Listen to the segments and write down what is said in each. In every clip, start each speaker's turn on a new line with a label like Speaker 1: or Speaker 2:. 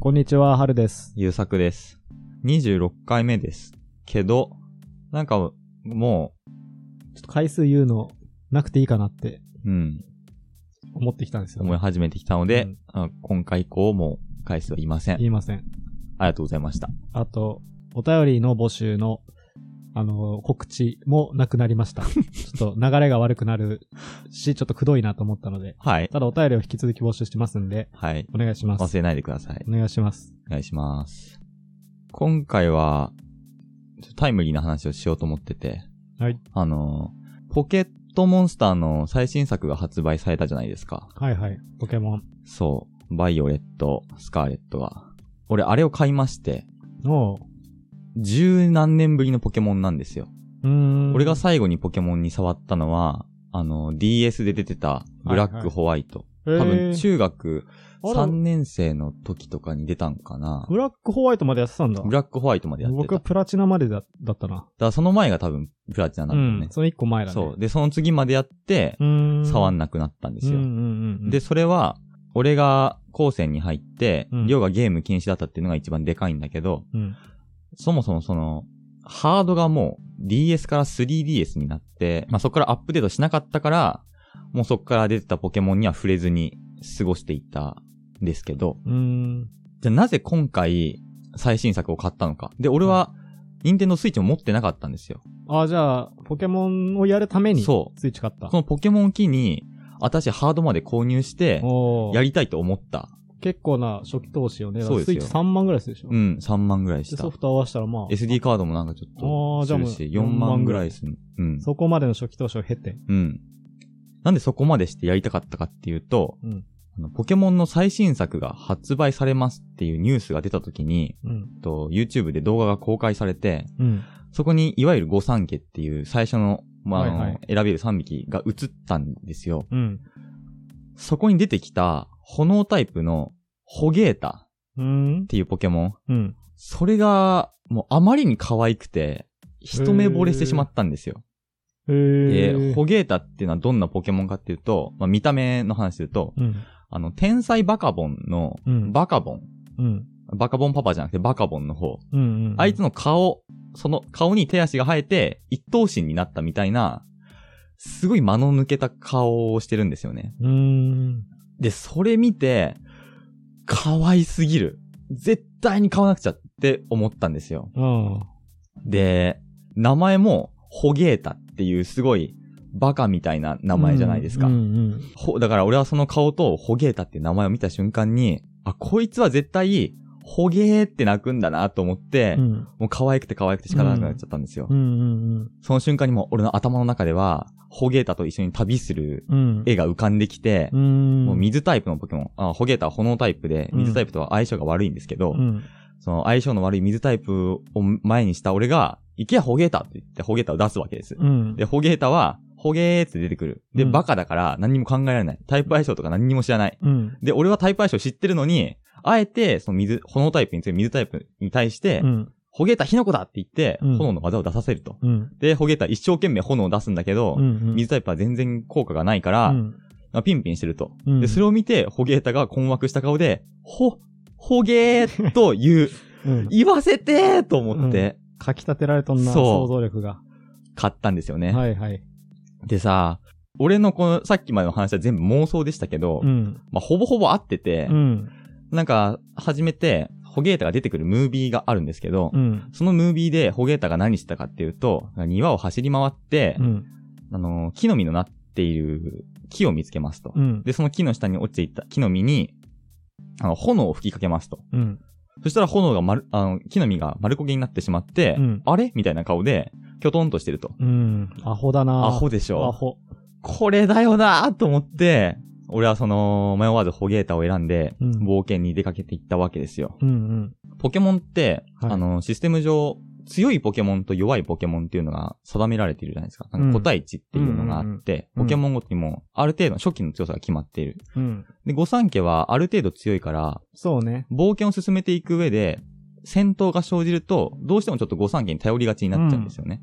Speaker 1: こんにちは、はるです。
Speaker 2: ゆうさくです。26回目です。けど、なんか、も
Speaker 1: ちょっと回数言うのなくていいかなって
Speaker 2: う、うん、
Speaker 1: 思ってきたんですよ。
Speaker 2: 思い始めてきたので、
Speaker 1: うん
Speaker 2: あ今回以降もう回数はいません。あ
Speaker 1: 言いません。
Speaker 2: りがとうございました。
Speaker 1: あと、お便りの募集の、あの、告知もなくなりま した。ちょっと流れが悪くなるし、ちょっとくどいなと思ったので、
Speaker 2: はい。
Speaker 1: ただお便りを引き続き募集してますんで、
Speaker 2: はい。
Speaker 1: お願いします。
Speaker 2: 忘れないでください
Speaker 1: お。願いします。
Speaker 2: お願いします。今回は、ちょっとタイムリーな話をしようと思ってて、
Speaker 1: はい。
Speaker 2: あの、ポケットモンスターの最新作が発売されたじゃないですか。
Speaker 1: はいはい。ポケモン
Speaker 2: そう。バイオレット、スカーレットが。俺、あれを買いまして、
Speaker 1: の、
Speaker 2: 十何年ぶりのポケモンなんですよ。
Speaker 1: うーん。
Speaker 2: 俺が最後にポケモンに触ったのは、あの、DS で出てた、ブラ
Speaker 1: は
Speaker 2: ッ
Speaker 1: いは
Speaker 2: ク
Speaker 1: い
Speaker 2: ホワイト。
Speaker 1: えー、
Speaker 2: 多分、中学
Speaker 1: あら
Speaker 2: 3年生の時とかに出たんかな。
Speaker 1: ブラックホワイトまでやってたんだ。
Speaker 2: ブラックホワイトまでやって
Speaker 1: 僕
Speaker 2: た。
Speaker 1: は
Speaker 2: だか
Speaker 1: プラチナまでだだったな。
Speaker 2: らその前が多分、プラチナな
Speaker 1: うん
Speaker 2: だ
Speaker 1: ん
Speaker 2: よ。ね。
Speaker 1: その一個前だね。
Speaker 2: そう。で、その次までやって、
Speaker 1: うーん。
Speaker 2: 触
Speaker 1: なん
Speaker 2: なくなったんですよ
Speaker 1: うん。うんうん、
Speaker 2: で、、それは、俺が高専に入って
Speaker 1: うん、
Speaker 2: 量がゲーム禁止だったっていうのが一番でかいんだけど、
Speaker 1: うん。
Speaker 2: そもそもその、ハードがもう DS から 3DS になって、まあ、そこからアップデートしなかったから、もうそこから出てたポケモンには触れずに過ごしていたんですけど、
Speaker 1: うーん。
Speaker 2: じゃあなぜ今回最新作を買ったのか。で、俺は、任天堂スイッチを持ってなかったんですよ。
Speaker 1: あ、じゃあ、ポケモンをやるために、
Speaker 2: そう
Speaker 1: スイッチ買った。
Speaker 2: このポケモンを機に、私ハードまで購入して、
Speaker 1: おー
Speaker 2: やりたいと思った。
Speaker 1: 結構な初期投資よね。だか
Speaker 2: そう
Speaker 1: ら
Speaker 2: で
Speaker 1: ス
Speaker 2: す
Speaker 1: イッ
Speaker 2: よ
Speaker 1: チ3万ぐらいするでしょ。
Speaker 2: う
Speaker 1: で
Speaker 2: ん、3万ぐらいした
Speaker 1: ソ。フト合わせたらまあ、
Speaker 2: SD カードもなんかちょっ
Speaker 1: あー
Speaker 2: と
Speaker 1: じゃ
Speaker 2: す
Speaker 1: あも
Speaker 2: る
Speaker 1: う
Speaker 2: し、
Speaker 1: 4
Speaker 2: 4
Speaker 1: 万
Speaker 2: 万
Speaker 1: ぐ
Speaker 2: ぐ
Speaker 1: ら
Speaker 2: ら
Speaker 1: い
Speaker 2: いする。うん。
Speaker 1: そこまでの初期投資を経て。
Speaker 2: うん。なんでそこまでしてやりたかったかっていうと、
Speaker 1: うん。
Speaker 2: あのポケモンの最新作が発売されますっていうニュースが出た時に、
Speaker 1: うん。
Speaker 2: と YouTube で動画が公開されて、
Speaker 1: うん。
Speaker 2: そこにいわゆる御三家っていう最初の、まあ、あの
Speaker 1: はいはい
Speaker 2: 選べる3匹が映ったんですよ。
Speaker 1: うん。
Speaker 2: そこに出てきた炎タイプのホゲータ
Speaker 1: うん
Speaker 2: っ。ていうポケモン。
Speaker 1: うん。
Speaker 2: それが、もうあまりに可愛くて、一目惚れしてしまったんですよ。
Speaker 1: えー。
Speaker 2: で、ホゲータっていうのはどんなポケモンかっていうと、まあ、見た目の話で言うと、
Speaker 1: うん。
Speaker 2: あの、天才バカボンの
Speaker 1: うん、
Speaker 2: バカボン、
Speaker 1: うん。
Speaker 2: バカボンパパじゃなくてバカボンの方、
Speaker 1: うん。うん。
Speaker 2: あいつの顔、その顔に手足が生えて、一頭身になったみたいな、すごい間の抜けた顔をしてるんですよね。
Speaker 1: うーん。
Speaker 2: で、それ見て、可愛すぎる。絶対に買わなくちゃって思ったんですよ。
Speaker 1: うん。
Speaker 2: で、名前も、ホゲータっていうすごい、バカみたいな名前じゃないですか。
Speaker 1: うん。うん。
Speaker 2: ほ、だから俺はその顔とホゲータっていう名前を見た瞬間に、あ、こいつは絶対、ホゲーって泣くんだなと思って、
Speaker 1: うん。
Speaker 2: もう可愛くて可愛くて仕方なくなっちゃったんですよ。
Speaker 1: うん。うん。
Speaker 2: その瞬間にもう俺の頭の中では、ホゲータと一緒に旅する
Speaker 1: うん。
Speaker 2: 絵が浮かんできて、
Speaker 1: うん。
Speaker 2: もう水タイプのポケモン、あホゲータは炎タイプで、
Speaker 1: うん
Speaker 2: 水タイプとは相性が悪いんですけど、
Speaker 1: うん。
Speaker 2: その相性の悪い水タイプを前にした俺が、行けホゲータって言ってホゲータを出すわけです。
Speaker 1: うん。
Speaker 2: で、ホゲータは、ホゲーって出てくる。で、
Speaker 1: うん
Speaker 2: バカだから何にも考えられない。タイプ相性とか何にも知らない。
Speaker 1: うん。
Speaker 2: で、俺はタイプ相性知ってるのに、あえて、その水、炎タイプについて水タイプに対して、
Speaker 1: うん。
Speaker 2: ホゲータ火の粉だって言って、
Speaker 1: うん
Speaker 2: 炎の技を出させると。
Speaker 1: うん。
Speaker 2: で、ホゲータ一生懸命炎を出すんだけど、
Speaker 1: うん。
Speaker 2: 水タイプは全然効果がないから、
Speaker 1: うん。
Speaker 2: まあピンピンしてると。
Speaker 1: うん
Speaker 2: で、それを見て、ホゲータが困惑した顔で、ほ、ホゲーと 言う、
Speaker 1: うん。
Speaker 2: 言わせてーと思って、
Speaker 1: かき立てられとんな、
Speaker 2: そう
Speaker 1: 想像力が。
Speaker 2: 買ったんですよね。
Speaker 1: はいはい。
Speaker 2: でさ、俺のこの、さっきまでの話は全部妄想でしたけど、
Speaker 1: うん。
Speaker 2: まあ、ほぼほぼ合ってて、
Speaker 1: うん。
Speaker 2: なんか、初めて、ホゲータが出てくるムービーがあるんですけど、
Speaker 1: うん。
Speaker 2: そのムービーでホゲータが何してたかっていうと、庭を走り回って、
Speaker 1: うん。
Speaker 2: あの、木の実のなっている木を見つけますと。
Speaker 1: うん。
Speaker 2: で、その木の下に落ちていった木の実に、あの、炎を吹きかけますと。
Speaker 1: うん。
Speaker 2: そしたら炎が丸、あの、木の実が丸焦げになってしまって、
Speaker 1: うん
Speaker 2: あれみたいな顔で、きょとんとしてると。
Speaker 1: うん。アホだな
Speaker 2: アホでし
Speaker 1: ア
Speaker 2: ょ。
Speaker 1: ホ。
Speaker 2: これだよなーと思って、俺はその、迷わずホゲータを選んで、
Speaker 1: うん
Speaker 2: 冒険に出かけていったわけですよ。
Speaker 1: うん
Speaker 2: ポケモンって、
Speaker 1: はい
Speaker 2: あの、システム上、強いポケモンと弱いポケモンっていうのが定められているじゃないですか。なんか個体値っていうのがあっ
Speaker 1: う
Speaker 2: て、
Speaker 1: んうんうん
Speaker 2: ポケモンごとにも、ある程度の初期の強さが決まっている。
Speaker 1: うん。うん。
Speaker 2: で、御三家はある程度強いから、
Speaker 1: そうね。
Speaker 2: 冒険を進めていく上で、戦闘が生じると、どうしてもちょっと御三家に頼りがちになっちゃうんですよね。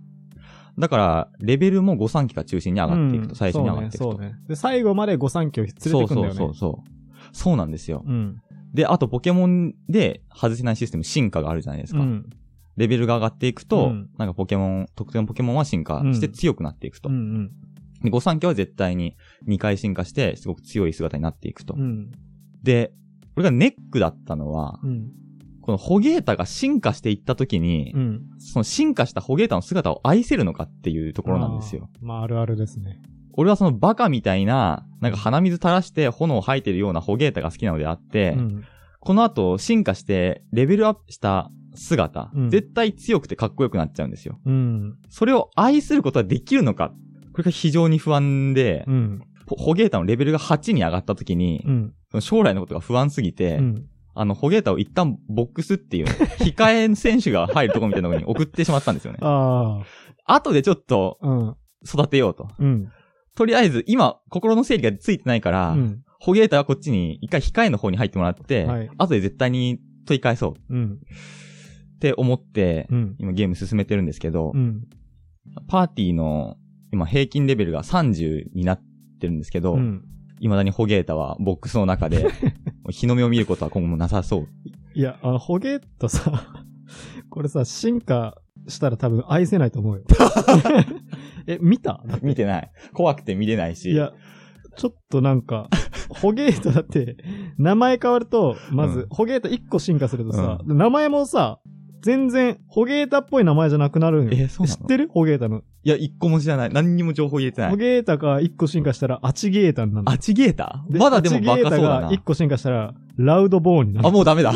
Speaker 2: だから、レベルも御三家が中心に上がっていくと、
Speaker 1: うん
Speaker 2: 最初に上がっていくと。
Speaker 1: そうね。そうねで、最後まで御三家を連れてくんだよね。
Speaker 2: そうそうそうそう。そうなんですよ。
Speaker 1: うん。
Speaker 2: で、あとポケモンで外せないシステム、進化があるじゃないですか。
Speaker 1: うん。
Speaker 2: レベルが上がっていく
Speaker 1: う
Speaker 2: と、
Speaker 1: ん
Speaker 2: なんかポケモン、特定のポケモンは進化して
Speaker 1: うん
Speaker 2: 強くなっていくと。
Speaker 1: うんうん。
Speaker 2: で、御三家は絶対に2回進化して、すごく強い姿になっていくと。
Speaker 1: うん。
Speaker 2: で、俺がネックだったのは、
Speaker 1: うん。
Speaker 2: このホゲータが進化していった時に、
Speaker 1: うん。
Speaker 2: その進化したホゲータの姿を愛せるのかっていうところなんですよ。
Speaker 1: あー。まあ、あるあるですね。
Speaker 2: 俺はそのバカみたいな、なんか鼻水垂らして炎を吐いてるようなホゲータが好きなのであって、
Speaker 1: うん。
Speaker 2: この後進化してレベルアップした姿、
Speaker 1: うん
Speaker 2: 絶対強くてかっこよくなっちゃうんですよ。
Speaker 1: うん。
Speaker 2: それを愛することはできるのか。これが非常に不安で、
Speaker 1: うん。
Speaker 2: ホホゲータのレベルが8に上がった時に、
Speaker 1: うん。
Speaker 2: その将来のことが不安すぎて、
Speaker 1: うん。
Speaker 2: あの、ホゲータを一旦ボック スっていう、控え選手が入るとこみたいなとこに送ってしまったんですよね。
Speaker 1: あ
Speaker 2: 後でちょっと
Speaker 1: あ。うん。
Speaker 2: 育てようと。
Speaker 1: うん。
Speaker 2: とりあえず、今、心の整理がついてないから、
Speaker 1: うん。
Speaker 2: ホゲータはこっちに一回控えの方に入ってもらって、
Speaker 1: はい
Speaker 2: 後で絶対に取り返そう
Speaker 1: うん。
Speaker 2: って思って、
Speaker 1: うん。
Speaker 2: 今ゲーム進めてるんですけど、
Speaker 1: うん。
Speaker 2: パーティーの今平均レベルが30になってるんですけど、
Speaker 1: うん。
Speaker 2: 未だにホゲータはボックスの中 で、もう日の目を見ることは今後もなさそう。
Speaker 1: いや、あの、ホゲータさ、 これさ、進化したら多分愛せないと思う よ。え、見た
Speaker 2: 見てない。怖くて見れないし。
Speaker 1: いや、ちょっとなんか、ホゲータだって、名前変わると、まず、
Speaker 2: うん
Speaker 1: ホゲータ1個進化するとさ、名前もさ、全然、ホゲータっぽい名前じゃなくなるんよ。
Speaker 2: えそうな
Speaker 1: 知
Speaker 2: の
Speaker 1: ってるホゲータの。
Speaker 2: いや、一個も知らない。何にも情報入れてな
Speaker 1: ホ
Speaker 2: い。
Speaker 1: ゲータが1個進化したら、アチゲータになるの
Speaker 2: あ、ちゲータ
Speaker 1: で
Speaker 2: まだでもバカ
Speaker 1: ア
Speaker 2: そうだ
Speaker 1: チゲータが
Speaker 2: な
Speaker 1: 1。個進化したら、ラウドボーンになる
Speaker 2: あ、。もうダ メだ。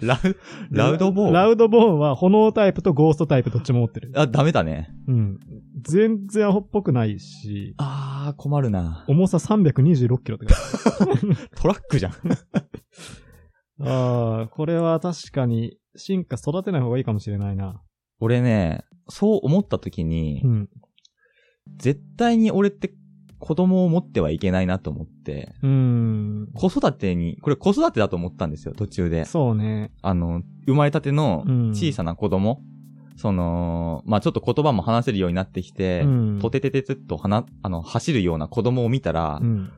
Speaker 2: ラウ、ラウドボーン
Speaker 1: ラウドボーンは炎タイプとゴーストタイプどっちも持ってる。
Speaker 2: あ、ダメだね。
Speaker 1: うん。全然アホっぽくないし、
Speaker 2: あー、困るな。
Speaker 1: 重さ326キロって書いてあ
Speaker 2: トラックじゃん。
Speaker 1: るあーこれは確かに進化育てない方がいいかもしれないな。
Speaker 2: 俺ね、そう思った時に、
Speaker 1: うん。
Speaker 2: 絶対に俺って子供を持ってはいけないなと思って、
Speaker 1: うーん。
Speaker 2: 子育てに、これ子育てだと思ったんですよ、途中で。
Speaker 1: そうね。
Speaker 2: あの、生まれたての
Speaker 1: うん
Speaker 2: 小さな子供、その、まあ、ちょっと言葉も話せるようになってきて、
Speaker 1: うん
Speaker 2: とててててっとはな、あの、走るような子供を見たら、
Speaker 1: うん。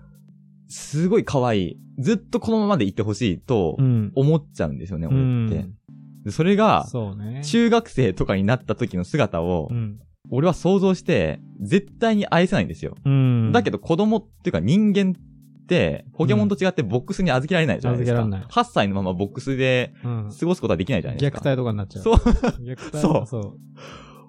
Speaker 2: すごい可愛い。ずっとこのままでいってほしいと
Speaker 1: うん。
Speaker 2: 思っちゃうんですよね、俺って
Speaker 1: うん。
Speaker 2: でそれが、
Speaker 1: そうね。
Speaker 2: 中学生とかになった時の姿を
Speaker 1: う、ん。
Speaker 2: 俺は想像して、絶対に愛せないんですよ。
Speaker 1: うん。
Speaker 2: だけど子供っていうか人間って、ポケモンと違ってボックスに預けられないじゃないですか。
Speaker 1: うん預けられない
Speaker 2: 8歳のままボックスで
Speaker 1: うん、
Speaker 2: 過ごすことはできないじゃないです
Speaker 1: 虐
Speaker 2: か。
Speaker 1: 待とかになっちゃう。。
Speaker 2: そうう、
Speaker 1: 虐待とかそ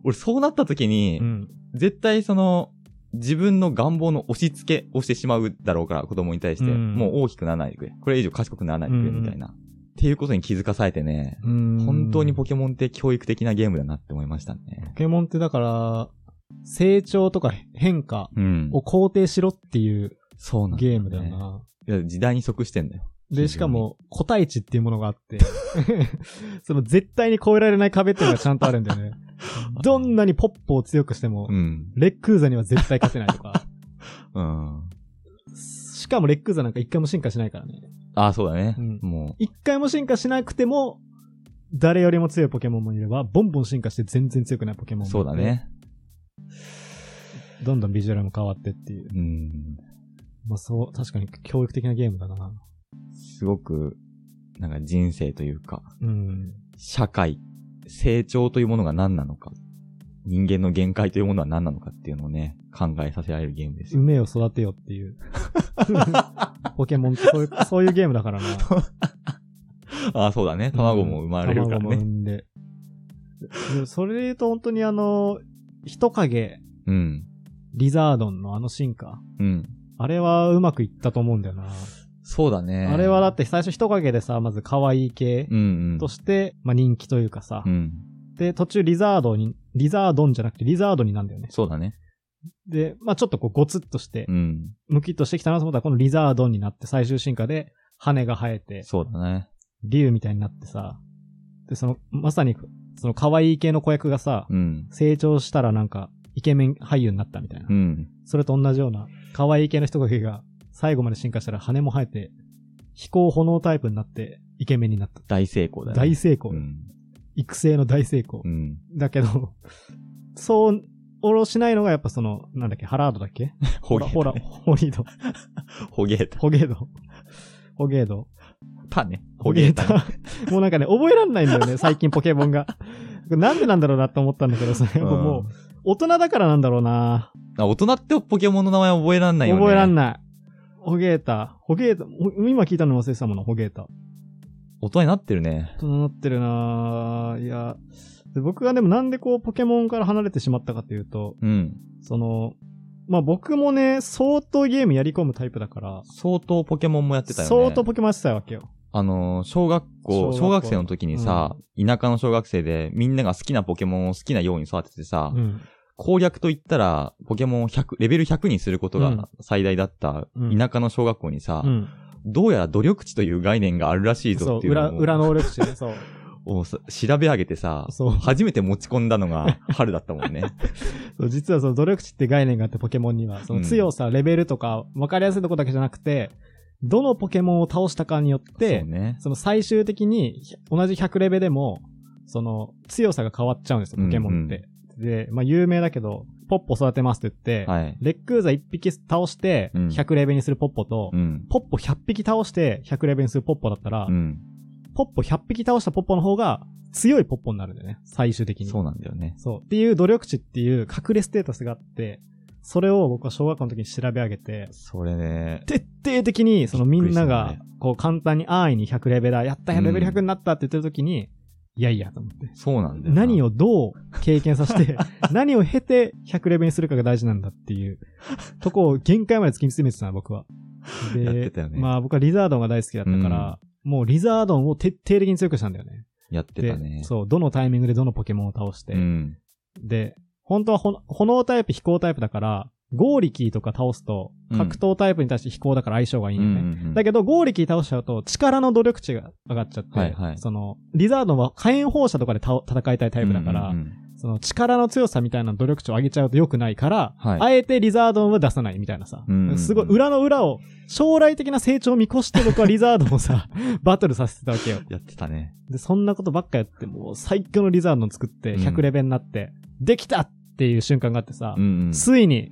Speaker 2: 俺そうなった時
Speaker 1: う。
Speaker 2: に、
Speaker 1: うん。
Speaker 2: 絶対その、自分の願望の押し付けをしてしまうだろうから、子供に対して。
Speaker 1: うん
Speaker 2: もう大きくならないでくれ。これ以上賢くならないでくれ、
Speaker 1: うん
Speaker 2: みたいな。っていうことに気づかされてね、
Speaker 1: うん。
Speaker 2: 本当にポ
Speaker 1: ポ
Speaker 2: ケモンって教育的なゲームだなって思いましたね。
Speaker 1: ケモンってだから、成長とか変化
Speaker 2: うん
Speaker 1: を。肯定しろっていう
Speaker 2: そうなんだ、ね。
Speaker 1: ゲームだよな。
Speaker 2: いや時代に即してんだよ。非常
Speaker 1: で、
Speaker 2: に
Speaker 1: しかも、個体値っていうものがあって、 その絶対に超えられない壁っていうのがちゃんとあるんだよね。どんなにポッポを強くしても、
Speaker 2: うん。
Speaker 1: レックーザには絶対勝てないと か。
Speaker 2: うん。
Speaker 1: しかもレックーザなんか一回も進化しないからね。
Speaker 2: ああ、そうだね。
Speaker 1: うん
Speaker 2: も
Speaker 1: 一回も進化しなくても、誰よりも強いポケモンもいれば、ボンボン進化して全然強くないポケモ
Speaker 2: う、
Speaker 1: ンも。
Speaker 2: そうだ。ね。
Speaker 1: どんどんビジュアルも変わってっていう。
Speaker 2: うん。
Speaker 1: まあそう、確かに教育的なゲームだな。
Speaker 2: すごく、なんか人生というか、
Speaker 1: うん。
Speaker 2: 社会、成長というものが何なのか、人間の限界というものは何なのかっていうのをね、考えさせられるゲームですよ。
Speaker 1: 梅を育てよって いう。 ポケモンってそういう、そういうゲームだからな。
Speaker 2: ああ、そうだね。卵も生まれるから
Speaker 1: 卵も産
Speaker 2: ね。
Speaker 1: んで。でもそれで言うと本当にあの、人影、
Speaker 2: うん。
Speaker 1: リザードンのあの進化。
Speaker 2: うん。
Speaker 1: あれはうまくいったと思うんだよな。
Speaker 2: そうだね。
Speaker 1: あれはだって最初人影でさ、まず可愛い系
Speaker 2: うんうん。
Speaker 1: として、まあ人気というかさ、
Speaker 2: うん。
Speaker 1: で、途中リザードに、リザードンじゃなくてリザードになんだよね。
Speaker 2: そうだね。
Speaker 1: で、まあちょっとこうゴツッとして
Speaker 2: う、ん。
Speaker 1: ムキッとしてきたなと思ったらこのリザードンになって最終進化で羽が生えて、
Speaker 2: そうだね。
Speaker 1: 竜みたいになってさ、で、その、まさに、その可愛い系の子役がさ、
Speaker 2: うん。
Speaker 1: 成長したらなんか、イケメン俳優になったみたいな。
Speaker 2: うん。
Speaker 1: それと同じような、可愛い系の人影が、最後まで進化したら羽も生えて、飛行炎タイプになって、イケメンになった。
Speaker 2: 大成功だね。
Speaker 1: 大成
Speaker 2: 成
Speaker 1: 功。
Speaker 2: うん。
Speaker 1: 育成の大成功
Speaker 2: う。ん。
Speaker 1: だけど、そう、おろしないのがやっぱその、なんだっけ、ハラードだっけ
Speaker 2: ほげ
Speaker 1: ほら、ほら、ホリード。
Speaker 2: ほげた。
Speaker 1: ホゲード。ホゲード。
Speaker 2: たね。ホゲータ。
Speaker 1: もうなんかね、覚えらんないんだよね、最近ポケモンが。なんでなんだろうなと思ったんだけどさ、やっぱもう、大人だからなんだろうな。
Speaker 2: うんあ大人ってポケモンの名前覚えらんないよね。
Speaker 1: 覚えらん
Speaker 2: ない。
Speaker 1: ない。ホゲータ。ホゲータ。ほ今聞いたの忘れてたもの、ホゲータ。
Speaker 2: 大人になってるね。
Speaker 1: となってるなぁいや、で僕がでもなんでこう、ポケモンから離れてしまったかというと、
Speaker 2: うん。
Speaker 1: その、まあ僕もね、相当ゲームやり込むタイプだから、
Speaker 2: 相当ポケモンもやってたよね。
Speaker 1: 相当ポケモンやってたわけよ。
Speaker 2: あのー、小学
Speaker 1: 小
Speaker 2: 校、
Speaker 1: 学校
Speaker 2: 小学生の時にさ、田舎の小学生でみんなが好きなポケモンを好きなように育ててさ、
Speaker 1: うん。
Speaker 2: 攻略といったら、ポケモンを100、レベル100にすること
Speaker 1: うん
Speaker 2: が最大だった
Speaker 1: うん
Speaker 2: 田舎の小学校にさ、
Speaker 1: うん。
Speaker 2: どうやら努力値という概念があるらしい
Speaker 1: そ
Speaker 2: ぞっ
Speaker 1: う、
Speaker 2: ていう
Speaker 1: 裏、
Speaker 2: のを
Speaker 1: 裏能力値ね、 そう。
Speaker 2: をさ調べ上げてさ、
Speaker 1: そう
Speaker 2: 初めて持ち込んだのが春だったも んね。
Speaker 1: そう実はその努力値って概念があって、ポケモンには。その強さ、レベルとか、分かりやすいとこだけじゃなくて、どのポケモンを倒したかによって、
Speaker 2: そ
Speaker 1: そう
Speaker 2: ね。
Speaker 1: の最終的に、ひ同じ100レベルでも、その強さが変わっちゃうんですよ、ポケモンって。で、まあ有名だけど、ポッポ育てますって言って、
Speaker 2: はい。
Speaker 1: レックウザ1匹倒して、
Speaker 2: うん
Speaker 1: 100レベルにするポッポと、
Speaker 2: うん。
Speaker 1: ポッポ100匹倒して、100レベルにするポッポだったら、
Speaker 2: うん。
Speaker 1: ポッポ100匹倒したポッポの方が、強いポッポになるんだよね、最終的に。
Speaker 2: そうなんだよね。
Speaker 1: そう。っていう努力値っていう隠れステータスがあって、それを僕は小学校の時に調べ上げて、
Speaker 2: それね。
Speaker 1: 徹底的にそのみんな
Speaker 2: びっく
Speaker 1: が
Speaker 2: りした、
Speaker 1: こう簡単に安易に100レベルだ、やった
Speaker 2: うん
Speaker 1: レベル100になったって言ってる時に、いやいやと思って。
Speaker 2: そうなんだよな。
Speaker 1: 何をどう経験させ て、何を経て100レベルにするかが大事なんだっていう、とこを限界まで突き詰めてたの、僕は。で、
Speaker 2: やってたよね
Speaker 1: まあ僕はリザードンが大好きだったから、もうリザードンを徹底的に強くしたんだよね。
Speaker 2: やってたね
Speaker 1: で、。そう、どのタイミングでどのポケモンを倒して、
Speaker 2: うん。
Speaker 1: で、本当はほ炎タイプ、飛行タイプだから、ゴーリキーとか倒すと、
Speaker 2: うん
Speaker 1: 格闘タイプに対して飛行だから相性がいいよね。だ
Speaker 2: け
Speaker 1: けど、ゴーリキー倒しちゃうと、力の努力値が上がっちゃって、
Speaker 2: はいはい
Speaker 1: その、リザードンは火炎放射とかでた戦いたいタイプだから、その力の強さみたいな努力値を上げちゃうと良くないから、
Speaker 2: はい
Speaker 1: あえてリザードンは出さないみたいなさ、
Speaker 2: うんうんうん
Speaker 1: すごい裏の裏を、将来的な成長を見越して僕はリザードンをさ、 バトルさせてたわけよ。
Speaker 2: やってたね。
Speaker 1: で、そんなことばっかやって、もう最強のリザードン作って、
Speaker 2: うん
Speaker 1: 100レベルになって、できたっていう瞬間があってさ、
Speaker 2: うんうん。
Speaker 1: ついに、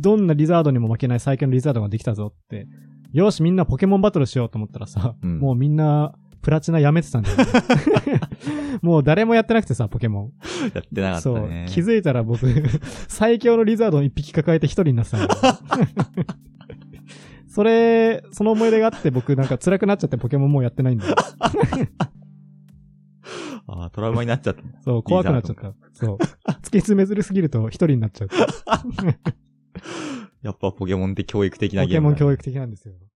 Speaker 1: どんなリザードンにも負けない最強のリザードンができたぞって、よし、みんなポケモンバトルしようと思ったらさ、
Speaker 2: うん
Speaker 1: もうみんな、プラチナやめてたんだよ、ね。もう誰もやってなくてさ、ポケモ
Speaker 2: やってなか
Speaker 1: ン。
Speaker 2: った
Speaker 1: そう
Speaker 2: ね。。
Speaker 1: 気づいたら僕、最強のリザードン一匹抱えて一人になってたんだよ。 それ、その思い出があって僕なんか辛くなっちゃってポケモンもうやってないんだよ。
Speaker 2: ああ、トラウマになっちゃった。
Speaker 1: そう、怖くなっちゃった。そう。突き詰めずりすぎると一人になっちゃう。ポ
Speaker 2: やっぱポケモンって教育的なゲ
Speaker 1: ケ
Speaker 2: ー
Speaker 1: モン
Speaker 2: ムだね。
Speaker 1: 教育的なんですよ。